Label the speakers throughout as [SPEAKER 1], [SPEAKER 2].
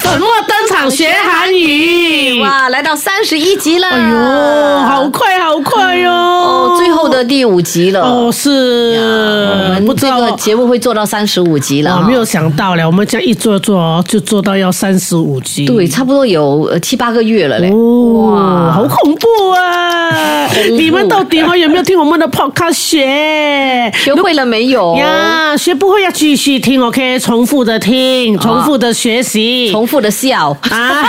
[SPEAKER 1] 粉墨登场学韩语，
[SPEAKER 2] 哇，来到三十一集了，
[SPEAKER 1] 哎呦，好快好快哟、
[SPEAKER 2] 哦，最后的第五集了。
[SPEAKER 1] 哦是，
[SPEAKER 2] 我们
[SPEAKER 1] 不知
[SPEAKER 2] 这
[SPEAKER 1] 道
[SPEAKER 2] 个节目会做到三十五集了
[SPEAKER 1] 我
[SPEAKER 2] 哈，
[SPEAKER 1] 没有想到嘞，我们这样一做做就做到要三十五集，
[SPEAKER 2] 对，差不多有呃七八个月了嘞。
[SPEAKER 1] 哦，
[SPEAKER 2] 哇
[SPEAKER 1] 好恐怖啊！你们到底还有没有听我们的 podcast 学？
[SPEAKER 2] 学会了没有？
[SPEAKER 1] 呀，学不会要继续听，OK，重复的听，重复的学习，
[SPEAKER 2] 啊重复的 笑，
[SPEAKER 1] 啊，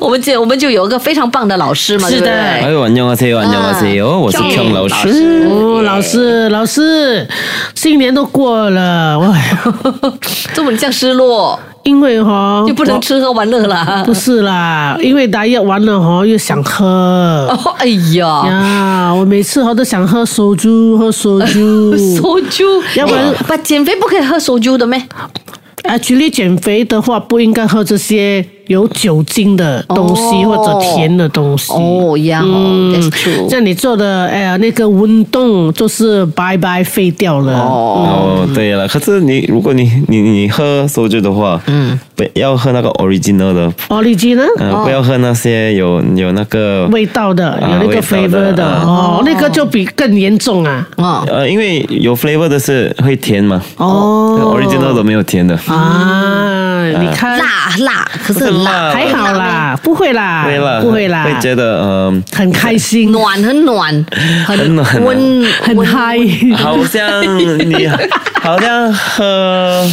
[SPEAKER 2] 我们这我们就有一个非常棒的老师嘛，
[SPEAKER 1] 是的
[SPEAKER 2] 对
[SPEAKER 3] 哎
[SPEAKER 2] 不对
[SPEAKER 3] 呦，안녕하세요，안녕하세요，我是
[SPEAKER 2] Kyung
[SPEAKER 3] 康老
[SPEAKER 2] 老
[SPEAKER 3] 师
[SPEAKER 2] 师。
[SPEAKER 1] 哦，老师，老师，新年都过了，哎，
[SPEAKER 2] 怎么你这样失落？
[SPEAKER 1] 因为哈，
[SPEAKER 2] 就不能
[SPEAKER 1] 我
[SPEAKER 2] 吃喝玩乐了
[SPEAKER 1] 哦不？是啦，因为打药完了哈，又想喝。
[SPEAKER 2] 哦， 哎呀，
[SPEAKER 1] 呀，我每次哈都想喝手珠，喝手 珠。
[SPEAKER 2] 手酒，
[SPEAKER 1] 要不然
[SPEAKER 2] 哎不减肥不可以喝手酒的咩？
[SPEAKER 1] 啊，举例减肥的话，不应该喝这些有酒精的东西、
[SPEAKER 2] 哦
[SPEAKER 1] 或者甜的东西。嗯
[SPEAKER 2] 哦，一样哦，That's
[SPEAKER 1] 像
[SPEAKER 2] true。
[SPEAKER 1] 你做的，哎呀，那个运动就是拜拜废掉了。
[SPEAKER 2] 哦，
[SPEAKER 3] 哦，对了，可是你如果你你你喝소주的话，嗯，不要喝那个 original 的，
[SPEAKER 1] ，origin 呢？
[SPEAKER 3] 嗯、不要喝那些有有那个
[SPEAKER 1] 味道的，有
[SPEAKER 3] 啊
[SPEAKER 1] 那
[SPEAKER 3] 味
[SPEAKER 1] 个
[SPEAKER 3] 道
[SPEAKER 1] flavor 的，
[SPEAKER 3] 啊
[SPEAKER 1] 哦，那个就比更严重啊。
[SPEAKER 2] 哦，
[SPEAKER 3] 呃，因为有 flavor 的是会甜嘛、
[SPEAKER 1] 哦
[SPEAKER 3] o r i g i n a l 的没有甜的。
[SPEAKER 1] 啊，你看，
[SPEAKER 2] 辣辣，可是
[SPEAKER 3] 不
[SPEAKER 2] 很
[SPEAKER 3] 是嗯
[SPEAKER 2] 辣，
[SPEAKER 3] 辣
[SPEAKER 1] 还好啦，不会啦，
[SPEAKER 3] 对了，
[SPEAKER 1] 不会啦，
[SPEAKER 3] 会觉得嗯、
[SPEAKER 1] 很开心，
[SPEAKER 2] 暖很暖，
[SPEAKER 3] 很暖啊
[SPEAKER 2] 温
[SPEAKER 1] 很
[SPEAKER 2] 温哦
[SPEAKER 1] 嗨。
[SPEAKER 3] 好像你好像喝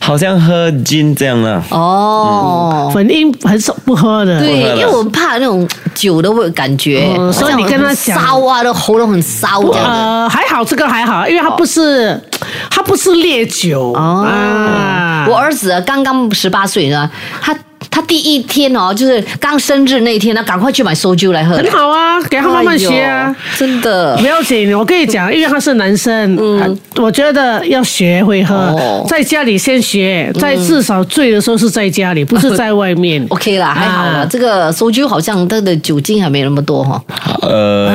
[SPEAKER 3] 好像喝 gin 这样啦、
[SPEAKER 2] 哦。
[SPEAKER 1] 粉英很少不喝的，
[SPEAKER 3] 嗯
[SPEAKER 2] 对，
[SPEAKER 3] 喝了
[SPEAKER 2] 因为我怕那种酒的味感觉，
[SPEAKER 1] 嗯所以你跟他讲
[SPEAKER 2] 好像很烧啊，那喉咙很烧这样。
[SPEAKER 1] 呃，还好，这个还好，因为它不是，它不是烈酒啊。
[SPEAKER 2] 哦我儿子啊刚刚十八岁呢，他他第一天哦，就是刚生日那一天，他赶快去买烧酒来喝，
[SPEAKER 1] 很好啊，给他慢慢学啊。
[SPEAKER 2] 哎呦真的
[SPEAKER 1] 不。要紧，我跟你讲，因为他是男生，嗯，我觉得要学会喝，
[SPEAKER 2] 哦嗯
[SPEAKER 1] 在家里先学，在至少醉的时候是在家里，不 是在外面。
[SPEAKER 2] OK 啦，还好啦，
[SPEAKER 1] 啊
[SPEAKER 2] 这个烧酒好像它的酒精还没那么多哈、
[SPEAKER 3] 哦呃。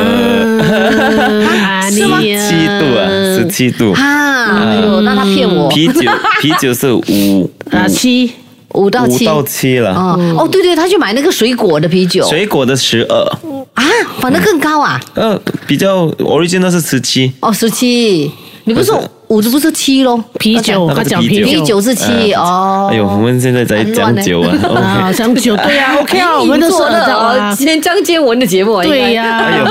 [SPEAKER 1] 啊
[SPEAKER 3] 十七度啊，十七度。
[SPEAKER 2] 아, 啊，哎呦，那他骗我，
[SPEAKER 3] 啤酒啤酒是五
[SPEAKER 1] 啊七
[SPEAKER 2] 五到
[SPEAKER 3] 五
[SPEAKER 2] 七，
[SPEAKER 3] 到七了，
[SPEAKER 2] 哦、
[SPEAKER 1] 嗯
[SPEAKER 2] 哦，对对，他去买那个水果的啤酒
[SPEAKER 3] 水果的十二，
[SPEAKER 2] 啊，反正更高啊，
[SPEAKER 3] 呃，比较 어. original 是十七，
[SPEAKER 2] 哦，十七，你不是说五，不是七咯，哦
[SPEAKER 1] 啤酒，
[SPEAKER 3] 那
[SPEAKER 1] 他
[SPEAKER 3] 个
[SPEAKER 1] 讲
[SPEAKER 3] 啤酒
[SPEAKER 2] 啤酒是七、哦，
[SPEAKER 3] 哎呦，我们现在在讲酒啊
[SPEAKER 2] 很
[SPEAKER 3] ，OK，
[SPEAKER 1] 啊，讲酒对啊，OK 啊，我们都是
[SPEAKER 2] 哎做
[SPEAKER 1] 这
[SPEAKER 2] 了
[SPEAKER 1] 样啊
[SPEAKER 2] 哦，今天张建文的节目啊，
[SPEAKER 1] 对
[SPEAKER 2] 应
[SPEAKER 1] 呀、
[SPEAKER 3] 哎呦，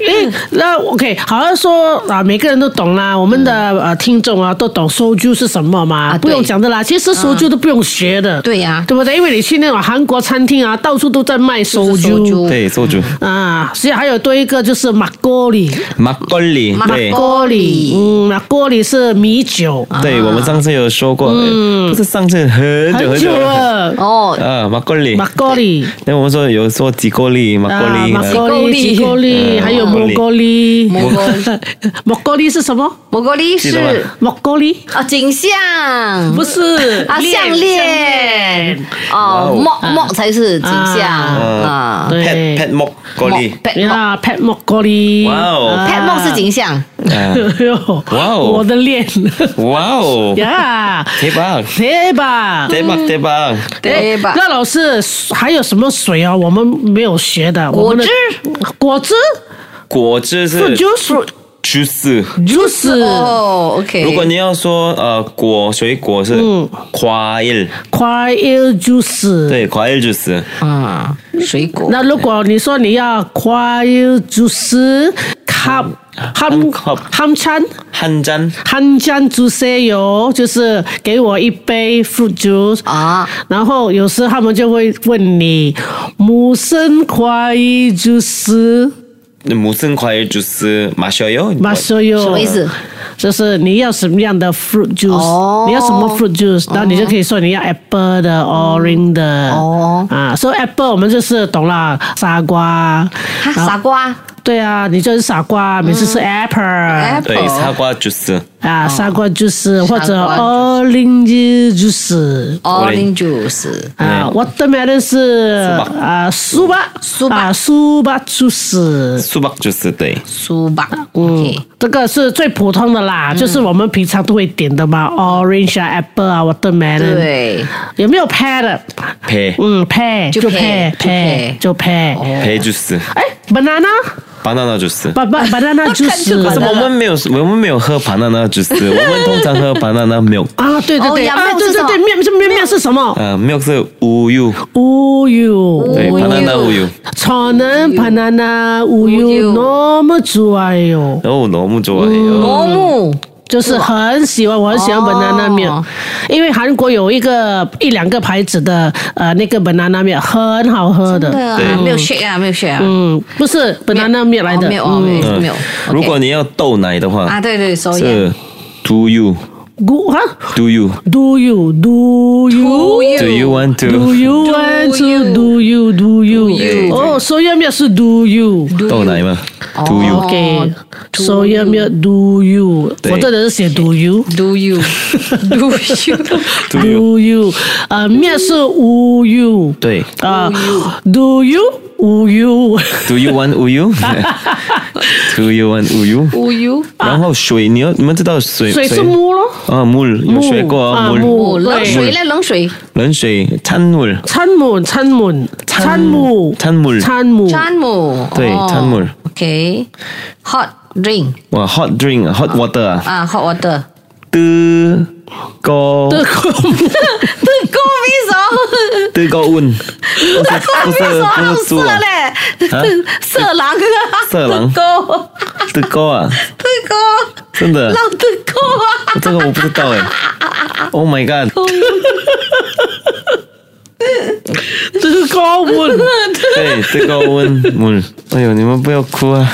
[SPEAKER 1] 因为那 OK，好像说啊，每个人都懂啦，我们的、呃听众啊都懂收据是什么嘛，
[SPEAKER 2] 嗯啊
[SPEAKER 1] 不
[SPEAKER 2] 对
[SPEAKER 1] 用讲的啦。其实收据都不用学的，
[SPEAKER 2] 对呀
[SPEAKER 1] 对不对？因为你去那种韩国餐厅啊，到处都在卖收
[SPEAKER 2] 就是
[SPEAKER 1] 据。
[SPEAKER 2] soju
[SPEAKER 3] 对，做主，
[SPEAKER 1] 啊，所以还有多一个就是马锅里，
[SPEAKER 3] 马格里，对
[SPEAKER 2] 马啊格
[SPEAKER 1] 锅里，嗯，马锅里是米酒，
[SPEAKER 3] 对，我们上次有说过，呃不是上次很久
[SPEAKER 1] 很
[SPEAKER 3] 很
[SPEAKER 1] 久
[SPEAKER 3] 久，
[SPEAKER 1] 了
[SPEAKER 2] 该，哦，
[SPEAKER 3] 啊，马格 里
[SPEAKER 1] 马，锅里，
[SPEAKER 3] 那我们说有说几个里，马格
[SPEAKER 1] 啊，
[SPEAKER 3] 里，
[SPEAKER 1] 马
[SPEAKER 3] 呃
[SPEAKER 1] 锅里，
[SPEAKER 2] 吉
[SPEAKER 1] 吉
[SPEAKER 2] 锅
[SPEAKER 1] 锅里，还有摩锅里，
[SPEAKER 2] 摩 锅里，
[SPEAKER 1] 摩锅里是什么？
[SPEAKER 2] 摩格利
[SPEAKER 3] 记得
[SPEAKER 2] 是
[SPEAKER 3] 吗
[SPEAKER 1] 摩锅里
[SPEAKER 2] 啊，景象
[SPEAKER 1] 不是
[SPEAKER 2] 啊，项链哦，莫莫才是景象
[SPEAKER 3] 啊
[SPEAKER 2] 啊，
[SPEAKER 3] ，pet
[SPEAKER 1] 对
[SPEAKER 3] pet 马格里，
[SPEAKER 2] pet 莫
[SPEAKER 1] 呀，pet 莫锅里，
[SPEAKER 3] 哇哦
[SPEAKER 1] 啊
[SPEAKER 2] pet 莫是景象，
[SPEAKER 3] 啊
[SPEAKER 1] 哎呦
[SPEAKER 3] 哇哦
[SPEAKER 1] 我的 脸
[SPEAKER 3] 哇哦，
[SPEAKER 1] 呀，
[SPEAKER 3] 대박，
[SPEAKER 1] 对吧？
[SPEAKER 3] 대박대박，
[SPEAKER 2] 对吧？
[SPEAKER 1] 那老师还有什么水啊？我们没有学的，我
[SPEAKER 2] 果
[SPEAKER 1] 们的
[SPEAKER 2] 汁
[SPEAKER 1] 果汁
[SPEAKER 3] 果汁是
[SPEAKER 1] fruit juice
[SPEAKER 3] juice。
[SPEAKER 1] juice
[SPEAKER 2] 哦，OK，
[SPEAKER 1] 네.
[SPEAKER 3] 如果你要说呃果水果是
[SPEAKER 1] 음.
[SPEAKER 3] 과일，
[SPEAKER 1] 과일 juice。
[SPEAKER 3] 对，과일 juice，
[SPEAKER 2] 啊，水果
[SPEAKER 1] 那如果你说你要 과일
[SPEAKER 3] 嗯
[SPEAKER 1] juice，함함
[SPEAKER 3] 컵
[SPEAKER 1] 함찬
[SPEAKER 3] 한 잔，
[SPEAKER 1] 함찬 주세요，就是给我一杯 fruit juice。
[SPEAKER 2] 啊，
[SPEAKER 1] 然后有时他们就会问你母生 과일 juice
[SPEAKER 3] 무슨 과일 주스 마셔요？
[SPEAKER 1] 마셔요？
[SPEAKER 2] 什么意思？
[SPEAKER 1] 就是你要什么样的 fruit juice，、
[SPEAKER 2] 哦
[SPEAKER 1] 你要什么 fruit juice，然后你就可以说你要 apple 的、orange 的，
[SPEAKER 2] 哦
[SPEAKER 1] 啊，所、so、以 apple 我们就是懂啦，傻瓜，
[SPEAKER 2] 哈
[SPEAKER 1] 然后
[SPEAKER 2] 傻嗯瓜，
[SPEAKER 1] 对啊，你就是傻瓜，每次吃 apple，、
[SPEAKER 3] 对， 네, 사과주스，
[SPEAKER 1] 啊，傻瓜就是或者
[SPEAKER 2] 哦傻瓜
[SPEAKER 1] orange juice。
[SPEAKER 2] orange juice，
[SPEAKER 1] 啊，watermelon 是啊，苏巴
[SPEAKER 2] 苏巴
[SPEAKER 1] 啊，苏巴猪屎，
[SPEAKER 3] 수박주스，对， 네.
[SPEAKER 2] 苏吧
[SPEAKER 1] 嗯
[SPEAKER 2] ，OK，，
[SPEAKER 1] 这个是最普通的
[SPEAKER 2] 嗯
[SPEAKER 1] 啦，就是我们平常都会点的嘛，orange 啊，apple 啊，watermelon，，
[SPEAKER 2] 对，
[SPEAKER 1] 有没有 pear 的？
[SPEAKER 3] 배，
[SPEAKER 1] 嗯，pear
[SPEAKER 2] 就
[SPEAKER 1] 就
[SPEAKER 2] pear，
[SPEAKER 1] pear
[SPEAKER 2] 就 pear
[SPEAKER 1] pear
[SPEAKER 2] 哦
[SPEAKER 1] 就 pear，
[SPEAKER 3] 배주스，
[SPEAKER 1] 哎，banana。
[SPEAKER 3] banana 주스。
[SPEAKER 1] 把把 banana
[SPEAKER 2] 看就
[SPEAKER 1] juice
[SPEAKER 3] 可是我们没有，我们没有喝 banana juice，我们通常喝 banana milk。 아,
[SPEAKER 1] 啊，对对
[SPEAKER 2] 哦
[SPEAKER 1] 对，
[SPEAKER 2] 呀
[SPEAKER 1] 啊
[SPEAKER 2] ，milk
[SPEAKER 1] 对
[SPEAKER 2] 是什
[SPEAKER 1] 对
[SPEAKER 2] 么
[SPEAKER 1] 对，面是面面是什么？
[SPEAKER 3] 呃，milk 是无油，
[SPEAKER 1] 乌油，
[SPEAKER 3] 对
[SPEAKER 2] 无油
[SPEAKER 3] ，banana 无油。
[SPEAKER 1] 저는 바나나
[SPEAKER 2] 우유.
[SPEAKER 1] 우유 너무 좋아해요.
[SPEAKER 3] 어 너무
[SPEAKER 1] Ừ. 음.
[SPEAKER 3] 좋아해요.
[SPEAKER 2] 罗木，
[SPEAKER 1] 就是很喜欢，我很喜欢
[SPEAKER 2] 哦
[SPEAKER 1] banana milk，因为韩国有一个一两个牌子的呃那个 banana milk 很好喝的，
[SPEAKER 2] 对啊
[SPEAKER 3] 对
[SPEAKER 2] 没有 shake 啊，没有 shake 啊，
[SPEAKER 1] 嗯，不是 Ừ. banana milk Ừ. 来的，
[SPEAKER 2] 没有哦，没
[SPEAKER 1] 嗯，
[SPEAKER 2] 有
[SPEAKER 3] 嗯
[SPEAKER 2] 没有，
[SPEAKER 3] 如果你要豆奶的话，
[SPEAKER 1] 아,
[SPEAKER 2] 啊，对对，
[SPEAKER 3] Oh,
[SPEAKER 2] 所以
[SPEAKER 3] 是 do you
[SPEAKER 1] 古哈
[SPEAKER 3] do you
[SPEAKER 1] ，do you do you
[SPEAKER 3] do you want
[SPEAKER 1] do
[SPEAKER 3] to
[SPEAKER 1] you want to do you do you？哦，所以面是 do you。
[SPEAKER 3] 豆奶吗？do you
[SPEAKER 1] OK，
[SPEAKER 2] 哦 do
[SPEAKER 1] 所以没有 do you，
[SPEAKER 3] 对
[SPEAKER 1] 我这里是写 do you。
[SPEAKER 2] do you，do you，
[SPEAKER 3] do you
[SPEAKER 1] Do you？呃，面是 u you。
[SPEAKER 3] 对
[SPEAKER 1] 啊，Do you？u you？
[SPEAKER 3] do you want 无油 do you want 无油？
[SPEAKER 2] 乌 u
[SPEAKER 3] 然后水，你要你们知道水
[SPEAKER 1] 水是木咯，
[SPEAKER 3] 啊 아, 물有学过
[SPEAKER 1] 啊
[SPEAKER 3] 啊
[SPEAKER 1] 木
[SPEAKER 3] 물
[SPEAKER 2] 哦，冷水嘞，冷水，
[SPEAKER 3] 冷水찬물
[SPEAKER 1] 찬물찬물찬물
[SPEAKER 3] 찬물
[SPEAKER 1] 찬물
[SPEAKER 2] 찬母，
[SPEAKER 3] 对
[SPEAKER 2] 哦
[SPEAKER 3] 찬물
[SPEAKER 2] ，OK，hot Ờ. drink
[SPEAKER 3] 哇 hot drink 啊 hot water 啊
[SPEAKER 2] 啊，hot water，
[SPEAKER 3] 뜨 거
[SPEAKER 1] 这个
[SPEAKER 2] 这个为什么？
[SPEAKER 3] 뜨거운不是
[SPEAKER 2] 为什么好
[SPEAKER 3] 不是猪
[SPEAKER 2] 色
[SPEAKER 3] 啊
[SPEAKER 2] 嘞
[SPEAKER 3] 啊？
[SPEAKER 2] 色狼，
[SPEAKER 3] 色狼
[SPEAKER 2] 狗，
[SPEAKER 3] 뜨거啊
[SPEAKER 2] 这个
[SPEAKER 3] 真的
[SPEAKER 2] 老的狗啊，
[SPEAKER 3] 这个我不知道哎、Oh my god！
[SPEAKER 1] 这是高 温。
[SPEAKER 3] 对，这个温母，哎呦，你们不要哭啊！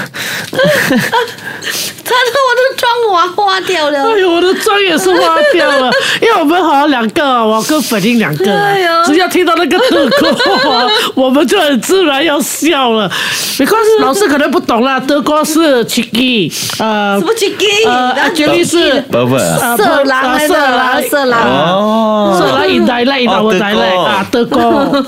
[SPEAKER 2] 他的我的妆娃花掉
[SPEAKER 1] 哎
[SPEAKER 2] 了。
[SPEAKER 1] 呦，我的妆也是花掉 了，因为我们好像两个啊，我跟粉英两个啊
[SPEAKER 2] 哎呦，
[SPEAKER 1] 只要听到那个特歌 啊，我们就很自然要笑了。没关系，老师可能不懂啦，德国是 chicky，呃
[SPEAKER 2] 什。么 c h
[SPEAKER 1] 呃，啊绝对是
[SPEAKER 3] 不不
[SPEAKER 1] 呃
[SPEAKER 2] 色狼
[SPEAKER 1] 啊
[SPEAKER 2] 来
[SPEAKER 1] 色
[SPEAKER 2] 的，
[SPEAKER 1] 狼，
[SPEAKER 2] 色狼，
[SPEAKER 1] 色
[SPEAKER 3] 哦，
[SPEAKER 1] 狼引来来引来
[SPEAKER 3] 哦
[SPEAKER 1] 我来
[SPEAKER 3] 德
[SPEAKER 1] 来
[SPEAKER 3] 国
[SPEAKER 1] 啊，德 国，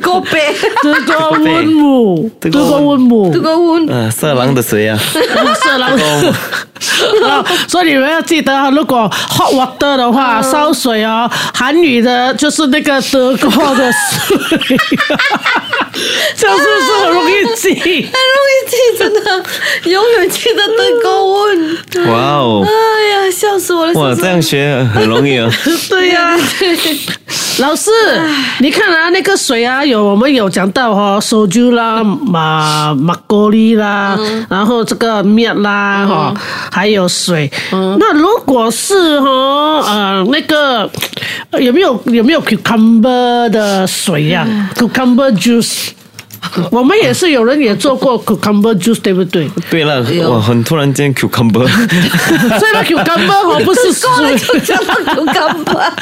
[SPEAKER 2] 狗背，
[SPEAKER 1] 德国温母，
[SPEAKER 3] 德
[SPEAKER 1] 德
[SPEAKER 3] 国
[SPEAKER 1] 国温
[SPEAKER 2] 这
[SPEAKER 1] 母，
[SPEAKER 2] 个温
[SPEAKER 3] 嗯、色狼的谁呀、
[SPEAKER 1] 色狼。
[SPEAKER 3] 哦，
[SPEAKER 1] 啊，所以你们要记得啊，如果 hot water 的话，烧水哦，韩语的就是那个德国的水，啊这样是不是很容易记？
[SPEAKER 2] 很容易记，真的，永远记得这 个温。
[SPEAKER 3] 哇哦，
[SPEAKER 2] 哎呀，笑死我了！
[SPEAKER 3] 哇，
[SPEAKER 2] 笑死
[SPEAKER 3] 这
[SPEAKER 2] 我了
[SPEAKER 3] 样学很容易哦。
[SPEAKER 1] 对 呀、老师，你看啊，那个水啊，有我们有讲到哦，手珠啦、马马格利啦，然后这个面啦，哈、还有水。那如果是哦，呃，那个呃有没有有没有 cucumber 的水呀、c u c u m b e r juice。我们也是有人也做过 cucumber juice，对不对？
[SPEAKER 3] 对了
[SPEAKER 2] 呦，
[SPEAKER 3] 我很突然间 cucumber，
[SPEAKER 1] 所以那 cucumber 哦不 是水
[SPEAKER 2] 够了，就这样就干吧。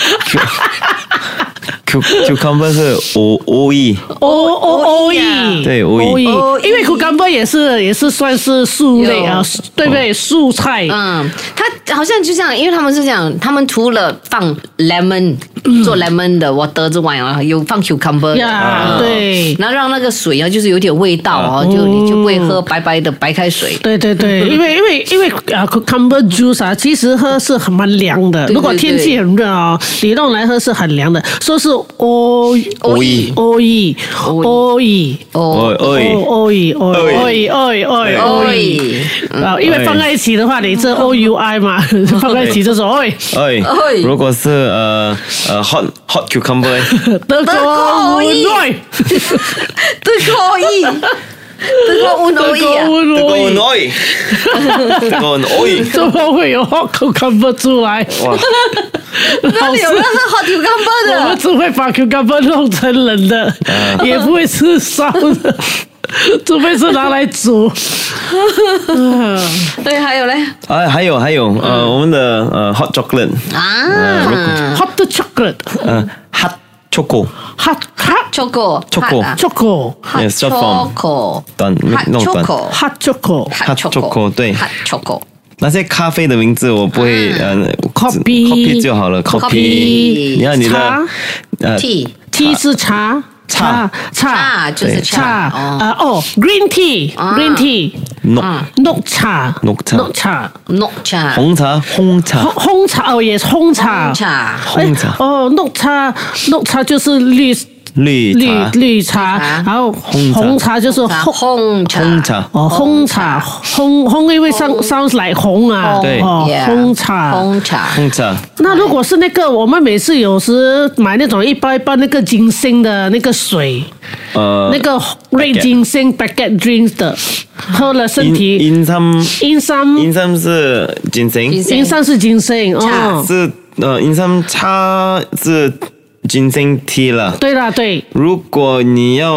[SPEAKER 3] cu cucumber 是 o o e，
[SPEAKER 1] O O O E，
[SPEAKER 3] 对，O E
[SPEAKER 1] 因为 cucumber 也是也是算是素类啊
[SPEAKER 2] 有，
[SPEAKER 1] 对不对？素菜
[SPEAKER 2] 嗯，它好像就像，因为他们是这样，他们除了放 lemon 做 lemon 的 water 之外啊，有放 cucumber 的。
[SPEAKER 1] 呀，对。
[SPEAKER 2] 然后让那个水啊，就是有点味道哦，就你就不会喝白白的白开水。
[SPEAKER 1] 对对对，因为因为因为啊，cucumber juice 啊，其实喝是很蛮凉的。
[SPEAKER 2] 对
[SPEAKER 1] 如果天气很热啊，你弄来喝是很凉的。说是 O
[SPEAKER 2] O
[SPEAKER 3] E
[SPEAKER 1] O E O E
[SPEAKER 2] 哦，
[SPEAKER 3] 哦
[SPEAKER 1] O
[SPEAKER 3] 哦，
[SPEAKER 1] O E O E O E O E O E
[SPEAKER 2] 哎，
[SPEAKER 1] 啊，因为放在一起的话，你这 O U I 嘛，放在一起就是哎，
[SPEAKER 3] 哎
[SPEAKER 2] 哎，
[SPEAKER 3] 如果是呃呃 hot hot cucumber，
[SPEAKER 1] 德
[SPEAKER 2] 德国
[SPEAKER 1] 国
[SPEAKER 2] O E
[SPEAKER 1] 对
[SPEAKER 2] 这个意，这个温
[SPEAKER 1] 德
[SPEAKER 2] 欧意啊，
[SPEAKER 1] 国
[SPEAKER 3] 这
[SPEAKER 1] O
[SPEAKER 3] 个
[SPEAKER 1] E。
[SPEAKER 3] noi，这个 noi。
[SPEAKER 1] 怎么会有 hot cucumber 出来？
[SPEAKER 3] 哇，
[SPEAKER 2] 那
[SPEAKER 1] 老
[SPEAKER 2] 里
[SPEAKER 1] 师
[SPEAKER 2] 有，那个好啊
[SPEAKER 1] 我
[SPEAKER 2] cucumber 的
[SPEAKER 1] 们。只会把 cucumber 弄成冷的，也不会吃烧的。除非是拿来煮。
[SPEAKER 2] 对，还有嘞
[SPEAKER 3] 啊，还有还有，呃，我们的呃 어, hot chocolate， 아,
[SPEAKER 2] 啊
[SPEAKER 1] Hot chocolate，hot
[SPEAKER 3] 呃 hot choco，
[SPEAKER 1] hot
[SPEAKER 3] Choco
[SPEAKER 2] ，choco
[SPEAKER 1] chocolate。
[SPEAKER 2] hot
[SPEAKER 3] Yes, short form
[SPEAKER 2] choco
[SPEAKER 3] 短弄短
[SPEAKER 2] choco
[SPEAKER 1] hot chocolate，
[SPEAKER 3] hot choco，对
[SPEAKER 2] hot choco
[SPEAKER 3] 那些咖啡的名字我不会，呃
[SPEAKER 1] 啊 Copy
[SPEAKER 3] copy 就好了
[SPEAKER 2] Copy
[SPEAKER 3] ，copy，你看你的
[SPEAKER 1] 茶
[SPEAKER 3] 呃
[SPEAKER 2] tea
[SPEAKER 1] ，tea 是茶，
[SPEAKER 3] 茶
[SPEAKER 1] 茶
[SPEAKER 2] 茶就是
[SPEAKER 1] 对
[SPEAKER 2] 茶
[SPEAKER 1] 茶，
[SPEAKER 2] 哦
[SPEAKER 1] 呃哦，green tea，green tea，
[SPEAKER 3] no
[SPEAKER 1] 녹차
[SPEAKER 3] 녹차
[SPEAKER 1] 녹차
[SPEAKER 2] 呃 녹차
[SPEAKER 3] 红茶红茶
[SPEAKER 1] 红红茶哦也是红茶，
[SPEAKER 2] 茶
[SPEAKER 1] 哎
[SPEAKER 3] 红茶
[SPEAKER 1] 哦，녹차녹차就是绿
[SPEAKER 3] 绿
[SPEAKER 1] 绿绿
[SPEAKER 3] 茶
[SPEAKER 1] 茶
[SPEAKER 2] 绿茶，
[SPEAKER 1] 然后
[SPEAKER 3] 红茶
[SPEAKER 1] 红茶就是
[SPEAKER 2] 茶
[SPEAKER 1] 红。
[SPEAKER 2] 红茶
[SPEAKER 3] 红茶
[SPEAKER 1] 哦，红茶，红红因为 sound sounds like 红啊，
[SPEAKER 2] 红
[SPEAKER 3] 对
[SPEAKER 1] 哦
[SPEAKER 2] yeah，，
[SPEAKER 1] 红茶，
[SPEAKER 2] 红嗯茶
[SPEAKER 3] 红茶
[SPEAKER 1] 那如果是那个，我们每次有时买那种一包一包那个金星的那个水，
[SPEAKER 3] 呃
[SPEAKER 1] 那个瑞
[SPEAKER 3] packet
[SPEAKER 1] 金星 packet drinks 的，喝了身体
[SPEAKER 3] in some
[SPEAKER 1] 阴山
[SPEAKER 3] in some 是金星，
[SPEAKER 1] 阴山是嗯金星
[SPEAKER 2] 茶
[SPEAKER 1] 哦，
[SPEAKER 3] 是呃 in some 茶是金星 T 了。
[SPEAKER 1] 对啦对，
[SPEAKER 3] 如果你要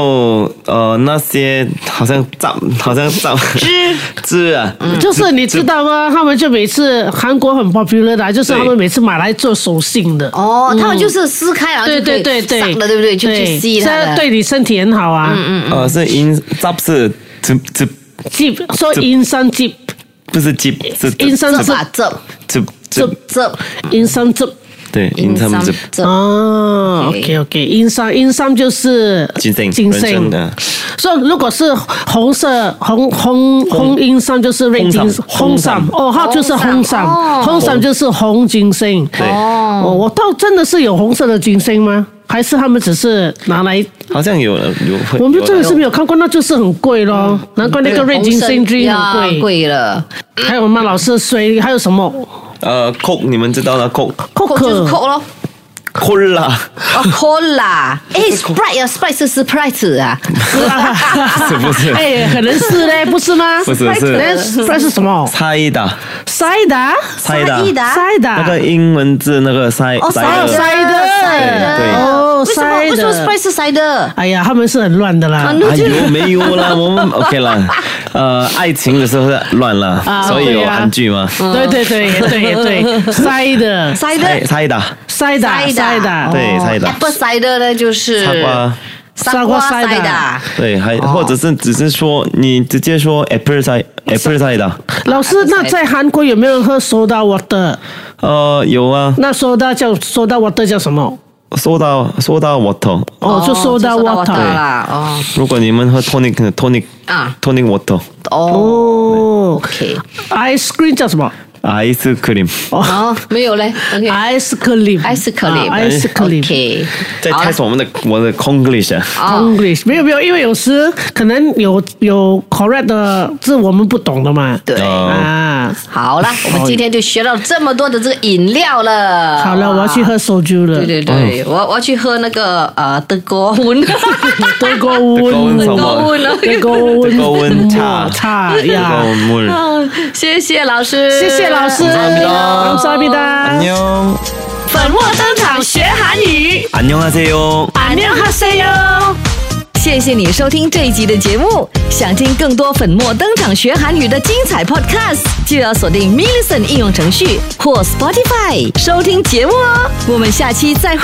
[SPEAKER 3] 呃那些好像炸好像炸汁汁啊，
[SPEAKER 1] 就是你知道吗？他们就每次韩国很 popular 的啊，就是他们
[SPEAKER 3] 对
[SPEAKER 1] 每次买来做手信的。
[SPEAKER 2] 哦，他们就是撕开然后
[SPEAKER 1] 对
[SPEAKER 2] 啊就可
[SPEAKER 1] 对
[SPEAKER 2] 以
[SPEAKER 1] 对对，
[SPEAKER 2] 上了，对不对？就去吸
[SPEAKER 1] 这
[SPEAKER 2] 它
[SPEAKER 1] 样
[SPEAKER 2] 的。
[SPEAKER 1] 对你身体很好啊。嗯
[SPEAKER 3] 呃是 in 炸是汁汁
[SPEAKER 1] Jeep 说
[SPEAKER 3] 这
[SPEAKER 1] 阴山 Jeep，
[SPEAKER 3] 不是汁是
[SPEAKER 1] 阴山
[SPEAKER 2] 这
[SPEAKER 1] Jeep，
[SPEAKER 2] 把这
[SPEAKER 3] 汁
[SPEAKER 1] 这
[SPEAKER 3] 汁
[SPEAKER 2] 这
[SPEAKER 1] 阴山 Jeep。
[SPEAKER 3] 对 in some 汁
[SPEAKER 2] 这
[SPEAKER 1] 哦
[SPEAKER 2] OK
[SPEAKER 1] ，OK OK，银山银山就是
[SPEAKER 3] 金星
[SPEAKER 1] 金
[SPEAKER 3] 人参
[SPEAKER 1] 星
[SPEAKER 3] 的，
[SPEAKER 1] 所以如果是红色红红红银山就是瑞金
[SPEAKER 3] 红
[SPEAKER 1] 红
[SPEAKER 3] 伞
[SPEAKER 1] 伞哦，它就是红伞，
[SPEAKER 2] 哦
[SPEAKER 1] 红伞就是红金星。
[SPEAKER 3] 对，
[SPEAKER 1] 哦，我到真的是有红色的金星吗？还是他们只是拿来？
[SPEAKER 3] 好像有了有会
[SPEAKER 1] 我们真的是
[SPEAKER 3] 有了
[SPEAKER 1] 没有看过，那就是很贵
[SPEAKER 3] 嗯
[SPEAKER 1] 咯。难怪那个瑞金星居
[SPEAKER 2] 呀
[SPEAKER 1] 很贵。
[SPEAKER 2] 贵了，
[SPEAKER 1] 还有我们老师水，还有什么
[SPEAKER 3] 呃 coke 你们知道的 coke
[SPEAKER 2] 扣就是扣
[SPEAKER 1] Coke
[SPEAKER 2] 咯。
[SPEAKER 3] cola
[SPEAKER 2] 哦，cola，哎，sprite 啊，sprite 是 sprite 啊，
[SPEAKER 3] 是不是
[SPEAKER 1] 哎，可能是嘞，不是吗？哎
[SPEAKER 3] 不是是
[SPEAKER 1] 那那是什么？
[SPEAKER 3] 猜的
[SPEAKER 1] 塞达，
[SPEAKER 3] 猜的
[SPEAKER 2] 塞的啊
[SPEAKER 1] 塞达，
[SPEAKER 3] 那个英文字那个塞
[SPEAKER 2] 哦，
[SPEAKER 3] 的
[SPEAKER 1] 塞
[SPEAKER 2] 塞的，
[SPEAKER 1] 的
[SPEAKER 3] 对
[SPEAKER 1] 哦
[SPEAKER 2] 为什么
[SPEAKER 1] 塞的
[SPEAKER 2] 为什么 sprite 是塞的？
[SPEAKER 1] 哎呀，他们是很乱的啦
[SPEAKER 2] 啊。那
[SPEAKER 3] 哎
[SPEAKER 2] 就
[SPEAKER 3] 呦，没有 啦，我们 OK 啦。呃，爱情的时候乱了，
[SPEAKER 1] 啊
[SPEAKER 3] 所以有
[SPEAKER 1] 对啊
[SPEAKER 3] 韩剧嘛。
[SPEAKER 1] 对对对，也对也对， 塞的，
[SPEAKER 2] 塞
[SPEAKER 3] 猜
[SPEAKER 2] 的，
[SPEAKER 3] 猜的，
[SPEAKER 1] 塞哦的，塞的，
[SPEAKER 3] 对猜的
[SPEAKER 2] apple 塞的呢就是
[SPEAKER 3] 猜瓜，
[SPEAKER 2] 傻
[SPEAKER 1] 傻瓜塞
[SPEAKER 2] 塞
[SPEAKER 1] 的
[SPEAKER 2] 的，
[SPEAKER 3] 对，还
[SPEAKER 2] 哦
[SPEAKER 3] 或者是只是说你直接说 apple 猜 apple 猜的，
[SPEAKER 1] 老师，那在韩国有没有人喝 soda water？
[SPEAKER 3] 呃，有啊，
[SPEAKER 1] 那 soda 叫 soda water 叫什么？
[SPEAKER 3] 说到说到 water，
[SPEAKER 1] 哦，就 soda
[SPEAKER 2] 就 soda water
[SPEAKER 1] water。
[SPEAKER 2] 啦，哦
[SPEAKER 3] 如果你们喝 tonic tonic
[SPEAKER 2] 啊
[SPEAKER 3] tonic water
[SPEAKER 2] 哦
[SPEAKER 1] 哦
[SPEAKER 2] ，OK，
[SPEAKER 1] ，ice cream 叫什么
[SPEAKER 3] ice cream，
[SPEAKER 2] 然后没有嘞，OK，
[SPEAKER 1] ？ice cream。
[SPEAKER 2] Ice cream
[SPEAKER 1] 啊 ice cream。
[SPEAKER 2] OK，
[SPEAKER 3] 在
[SPEAKER 2] 好啦
[SPEAKER 3] 开始我们的我的 English 啊。
[SPEAKER 2] 哦
[SPEAKER 1] English 没有没有，因为有时可能有有 correct 的字我们不懂的嘛。
[SPEAKER 2] 对
[SPEAKER 3] 哦
[SPEAKER 1] 啊，
[SPEAKER 2] 好了，我们今天就学到这么多的这个饮料了。
[SPEAKER 1] 好了，我要去喝。soju 了。
[SPEAKER 2] 对对对，我我要去喝那个呃德国温，
[SPEAKER 1] 德国温，
[SPEAKER 3] 德
[SPEAKER 2] 德
[SPEAKER 3] 国
[SPEAKER 2] 国
[SPEAKER 3] 温
[SPEAKER 2] 温了。
[SPEAKER 1] 德国温，
[SPEAKER 3] 德国温茶
[SPEAKER 1] 茶呀。
[SPEAKER 3] 呀，
[SPEAKER 2] 啊 谢谢老师，
[SPEAKER 1] 谢谢老师，
[SPEAKER 3] 감사합니다
[SPEAKER 1] 萨比达，
[SPEAKER 3] 안녕
[SPEAKER 2] 粉墨登场学韩语，
[SPEAKER 3] 안녕하세요.
[SPEAKER 1] 안녕하세요。
[SPEAKER 4] 谢谢你收听这一集的节目。想听更多粉墨登场学韩语的精彩 podcast，就要锁定 m i l l i c e n t 应用程序或 Spotify 收听节目哦。我们下期再会。